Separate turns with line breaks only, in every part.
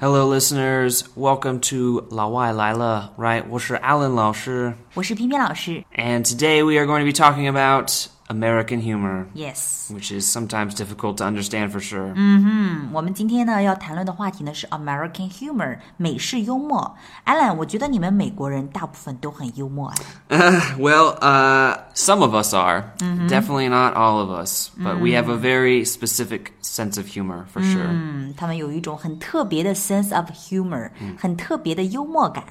Hello, listeners. Welcome to 老外来了 Right, 我是 Alan 老师，
我是偏偏老师。
and today we are going to be talking about American humor,
Yes，
which is sometimes difficult to understand for sure.
嗯，我们今天呢要谈论的话题呢是 American humor，美式幽默。Alan，我觉得你们美国人大部分都很幽默啊。
Well, uh, some of us are. Definitely not all of us, but we have a very specific sense of humor for sure.
嗯，他们有一种很特别的 sense of humor，、很
嗯
特别的幽默感。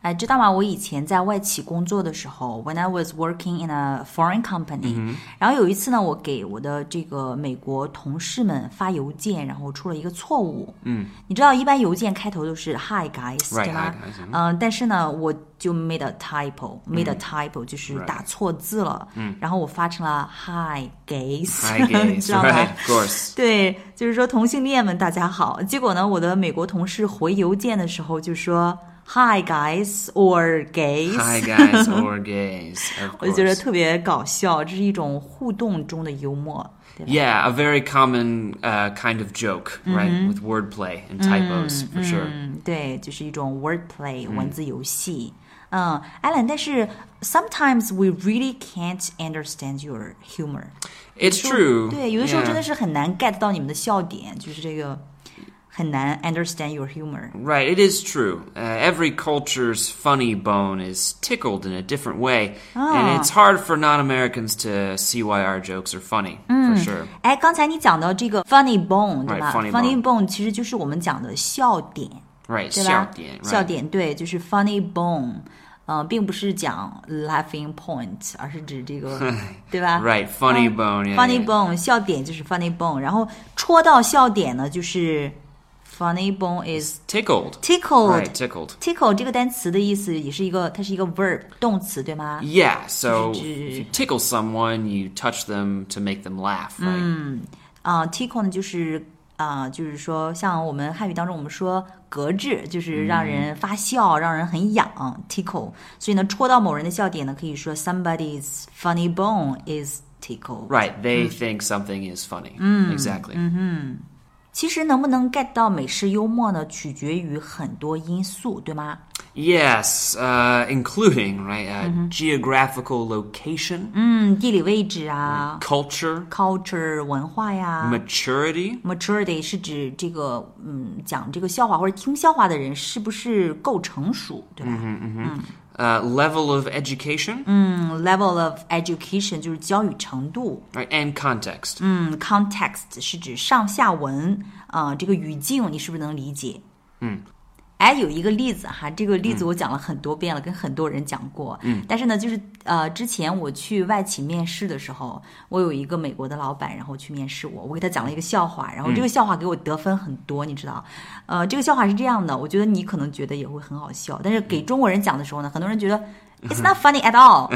哎，知道吗？我以前在外企工作的时候，when I was working in a foreign company，、然后
嗯
有一次呢，我给我的这个美国同事们发邮件，然后出了一个错误。嗯，你知道，一般邮件开头都是 Hi guys，、
Right，
对吗
hi guys，嗯？
嗯、但是呢，我就 made a typo，made、a typo 就是打错字了。嗯，然后我发成了 Hi gays，
I guess,
知道吗
right? Of course.
对，就是说同性恋们大家好。结果呢，我的美国同事回邮件的时候就说 “Hi guys” or “gays”，
Hi guys or gays. Of
我就觉得
course.
特别搞笑，这是一种互动中的幽默。对吧
Yeah, a very common uh, kind of joke, right? With wordplay and typos for sure.
嗯，对，就是一种
嗯
wordplay 文字游戏。嗯，Alan，但是 sometimes we really can't understand your humor。
It's true.
对，有的时候
yeah.
真的是很难 get 到你们的笑点，就是这个很难 understand your humor。
Right, it is true. Uh, every culture's funny bone is tickled in a different way, and it's hard for non-Americans to see why our jokes are funny for sure.
哎，刚才你讲到这个 funny bone 对吧
Right，funny
？funny bone 其实就是我们讲的笑点，
Right,
对吧？
笑点,
笑
right.
点对，就是 funny bone，呃，并不是讲 laughing point，而是指 这个，对吧
Right, funny
嗯
bone, yeah, yeah.
funny bone 笑点就是 funny bone，然后戳到笑点呢，就是 funny bone is
Tickled.
tickled。
Right, tickled.
tickle 这个单词的意思也是一个，它是一个 verb 动词，对吗？
Yeah, so if
就是指-
you tickle someone, you touch them to make them laugh, right?
啊、t i c k l e 呢就是啊、就是说像我们汉语当中我们说格致，就是让人发笑，让人很痒，tickle。所以呢，戳到某人的笑点呢，可以说 somebody's funny bone is tickle。
Right, they think something is funny. Exactly.
其实能不能 get 到美式幽默呢，取决于很多因素，对吗？
Yes, uh, including, right, uh, geographical location,
嗯，地理位置啊
culture,
，culture 文化呀。
maturity.
Maturity 是指这个，嗯，讲这个笑话或者听笑话的人是不是够成熟，对吧？
uh, level of education
嗯，level of education 就是教育程度。
right, and context.
嗯，context 是指上下文啊、这个语境你是不是能理解？嗯，哎，有一个例子哈，这个例子我讲了很多遍了，跟很多人讲过。嗯，但是呢，就是呃，之前我去外企面试的时候，我有一个美国的老板，然后去面试我，我给他讲了一个笑话，然后这个笑话给我得分很多，你知道？呃，这个笑话是这样的，我觉得你可能觉得也会很好笑，但是给中国人讲的时候呢，很多人觉得 it's not funny at all 。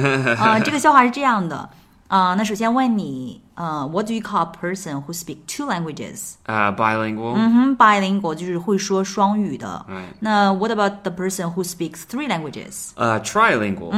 啊，这个笑话是这样的。啊、那首先问你，呃、w h a t do you call a person who speak two languages？
Uh, bilingual.
嗯哼，bilingual 就是会说双语的。
Right.
那 What about the person who speaks three languages？
Uh, trilingual.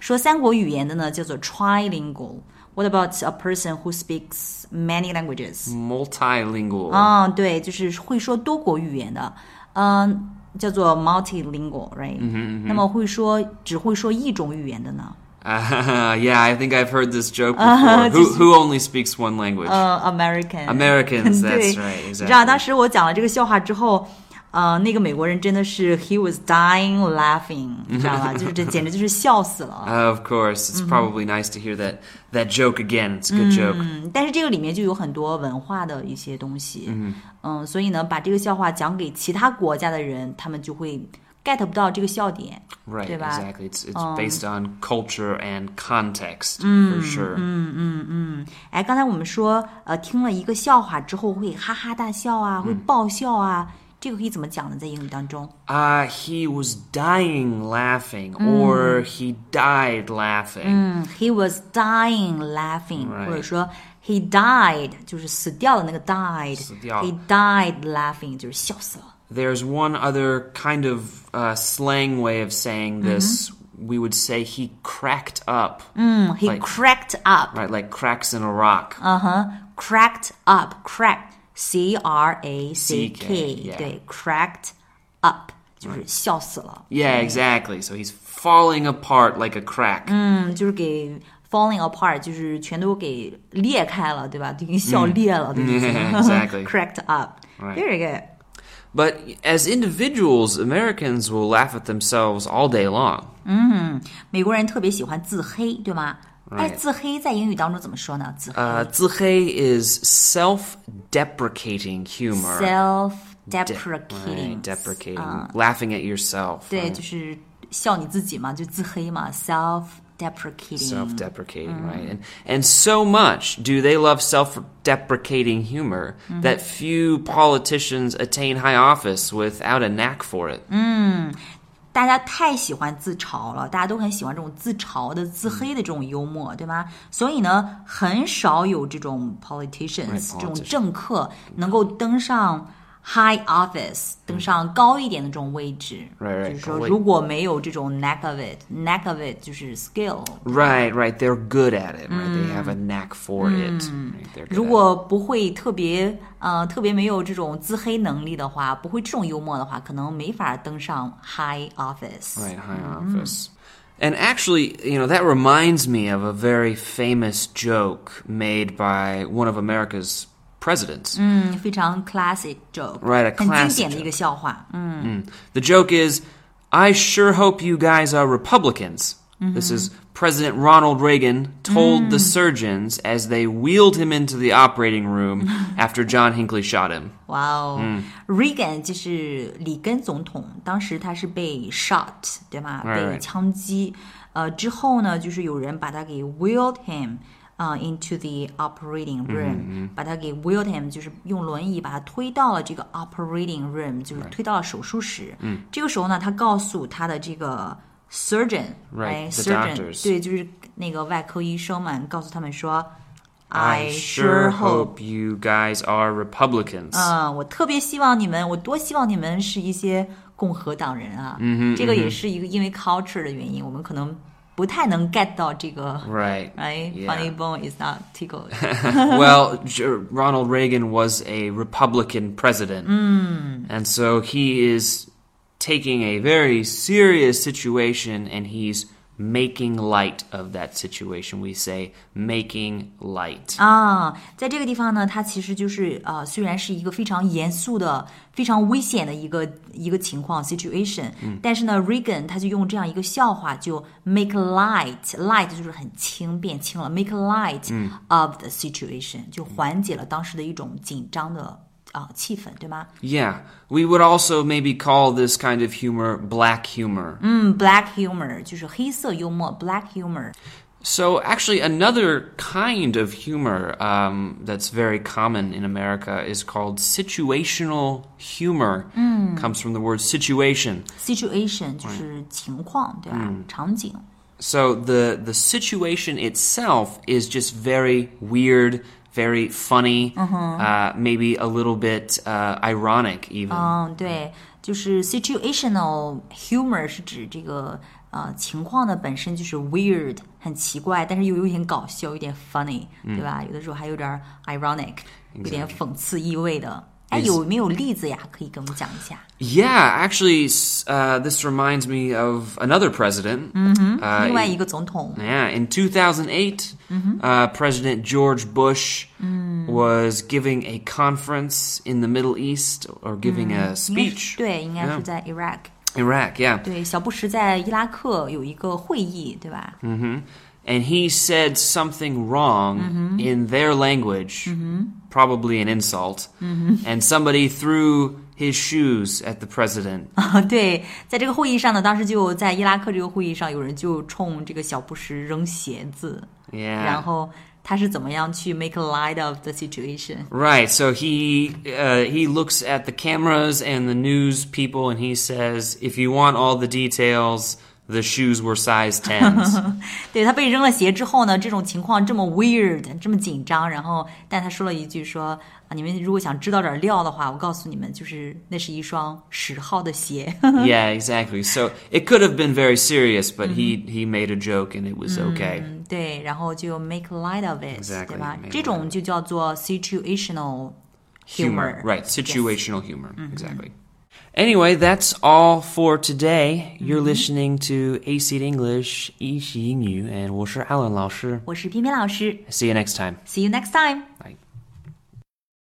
说三国语言的呢叫做 trilingual。What about a person who speaks many languages？
Multilingual.
啊、对，就是会说多国语言的，嗯，叫做 multilingual，right？、那么会说只会说一种语言的呢？
Uh, yeah, I think I've heard this joke before.
Uh,
who,
just-
who only speaks one language?
呃、a m e r i c a n
Americans,
对
that's right,
你知道当
exactly.
时我讲了这个笑话之后，呃，那个美国人真的是 he was dying laughing，你 知道吧？就是这简直就是笑死了。
Uh, of course, it's probably nice to hear that that joke again. It's a good joke.
嗯，但是这个里面就有很多文化的一些东西。嗯所以呢，把这个笑话讲给其他国家的人，他们就会 get 不到这个笑点。
Right,
对吧？
exactly. It's it's based on culture and context for sure.
哎，刚才我们说，呃，听了一个笑话之后会哈哈大笑啊，
嗯
会爆笑啊，这个可以怎么讲呢？在英语当中？
Uh, he was dying laughing, or he died laughing.
嗯 He was dying laughing，、
Right.
或者说 he died 就是死掉的那个 died，
死掉
he died laughing 就是笑死了。
There's one other kind of uh, slang way of saying this. We would say he cracked up,
嗯，he
Like-
cracked up，cracked
right? Like cracks in a rock.
up，crack C R A
C
C
K，yeah
对，cracked up 就是笑死了，
Yeah, exactly. So he's falling apart like a crack.
嗯，就是给 falling apart，就是全都给裂开了，对吧？都已经笑裂了，对不对
Yeah, 嗯 exactly.
cracked up，
Right.
very good。
But as individuals, Americans will laugh at themselves all day long.
美国人特别喜欢自黑，对吗？哎，
Right.
自黑在英语当中怎么说呢？自黑
Uh, 自黑 is self-deprecating humor. De-
self-deprecating，
right,
啊
deprecating, laughing at yourself.
对，
right?
就是笑你自己嘛，就自黑嘛，self-deprecating。
self-deprecating, right? And and so much do they love self-deprecating humor that few politicians attain high office without a knack for it.
大家太喜欢自嘲了，大家都很喜欢这种自嘲的、自黑的这种幽
嗯
默，对吧？所以呢，很少有这种 politicians 这种
politician
政客能够登上 high office，登上高一点的这种位置。
Right, right，
就是说，
嗯高位
如果没有这种 knack of it，knack of it 就是 skill。
Right, right. They're good at it, right? They have a knack for it. Right, they're good
如
at it.
果不会特别呃特别没有这种自黑能力的话，不会这种幽默的话，可能没法登上 high office。
Right, high office. And actually, you know, that reminds me of a very famous joke made by one of America's presidents.
嗯，非常 classic joke，
Right, a
很
classic
经典的一个笑话。嗯
The joke is, I sure hope you guys are Republicans.
Mm-hmm.
This is President Ronald Reagan told the
Mm.
surgeons as they wheeled him into the operating room after John Hinckley shot him.
哇哦、r
嗯
e a g a n 就是里根总统，当时他是被 shot，对吗？
Right,
被
right.
枪击。呃，之后呢，就是有人把他给 wheeled him。啊、i n t o the operating room，、把
嗯
他给 wheeled him，就是用轮椅把他推到了这个 operating room，就是推到了手术室。嗯，这个时候呢，他告诉他的这个 surgeon，
Right,
哎
the
，surgeon，
doctors
对，就是那个外科医生们，告诉他们说，I
I sure
hope Uh,
hope you guys are Republicans.
啊、我特别希望你们，我多希望你们是一些共和党人啊。嗯这个也是一个因为 culture 的原因，我们可能不太能 get 到这个。
right.
Right,
Yeah.
funny bone is not tickled.
well, J- Ronald Reagan was a Republican president. And so he is taking a very serious situation and he's making light of that situation. We say making light.
Uh. 啊，在这个地方呢，它其实就是呃，虽然是一个非常严肃的、非常危险的一个一个情况 situation，、但是呢，Reagan 他就用这样一个笑话，就 make light，light 就是很轻，变轻了，make light of the situation，就缓解了当时的一种紧张的啊、气氛，对吗？
Yeah. We would also maybe call this kind of humor black humor.
嗯，black humor 就是黑色幽默，black humor。
So, actually, another kind of humor um, that's very common in America is called situational humor. Comes from the word situation.
Situation 就是情况，对吧？场景。
So the the situation itself is just very weird, very funny,
Mm-hmm.
uh, maybe a little bit uh, ironic even.
嗯，对，就是 situational humor 是指这个呃情况呢本身就是 weird 很奇怪，但是又有点搞笑，有点 funny，、对吧？有的时候还有点儿 ironic，有点讽刺意味的。哎，
Ex-
有没有例子呀？可以跟我们讲一下
yeah, actually, s- uh, this reminds me of another president. Mm-hmm.
另外
Uh,
一个总统
yeah, in 2008,
Mm-hmm.
uh, President George Bush
Mm.
was giving a conference in the Middle East or giving a
应该是
speech.
Mm. 对，应该是
Yeah.
在 Iraq。
Iraq, yeah.
对，小布什在伊拉克有一个会议，对吧？
and he said something wrong in their language, probably an insult, and somebody threw his shoes at the president.
对，在这个会议上呢，当时就在伊拉克这个会议上，有人就冲这个小布什扔鞋子，然
Yeah.
后他是怎么样去 make light of the situation？
Right, so he uh, he looks at the cameras and the news people, and he says, "If you want all the details, the shoes were size tens."
对他被扔了鞋之后呢，这种情况这么 weird，这么紧张，然后但他说了一句说啊，你们如果想知道点料的话，我告诉你们，就是那是一双十号的鞋。
yeah, exactly. So it could have been very serious, but he he made a joke, and it was okay.
对，然后就 make light of it，
Exactly，
对吧
make？
这种就叫做 situational Humor.
Right. Situational humor. Exactly. Anyway, that's all for today. You're listening to A Seed English, 一席英语, and 我是 Alan 老师.
我是偏偏老师
See you next time.
，See you next time。
Bye.